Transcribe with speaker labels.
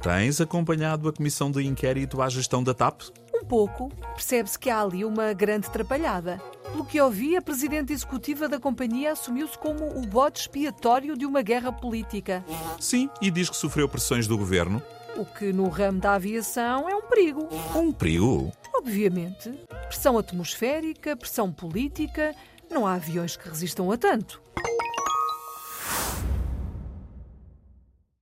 Speaker 1: Tens acompanhado a comissão de inquérito à gestão da TAP?
Speaker 2: Um pouco, percebe-se que há ali uma grande atrapalhada. Pelo que ouvi, a presidente executiva da companhia assumiu-se como o bote expiatório de uma guerra política.
Speaker 1: Sim, e diz que sofreu pressões do governo.
Speaker 2: O que no ramo da aviação é um perigo.
Speaker 1: Um perigo.
Speaker 2: Obviamente. Pressão atmosférica, pressão política, não há aviões que resistam a tanto.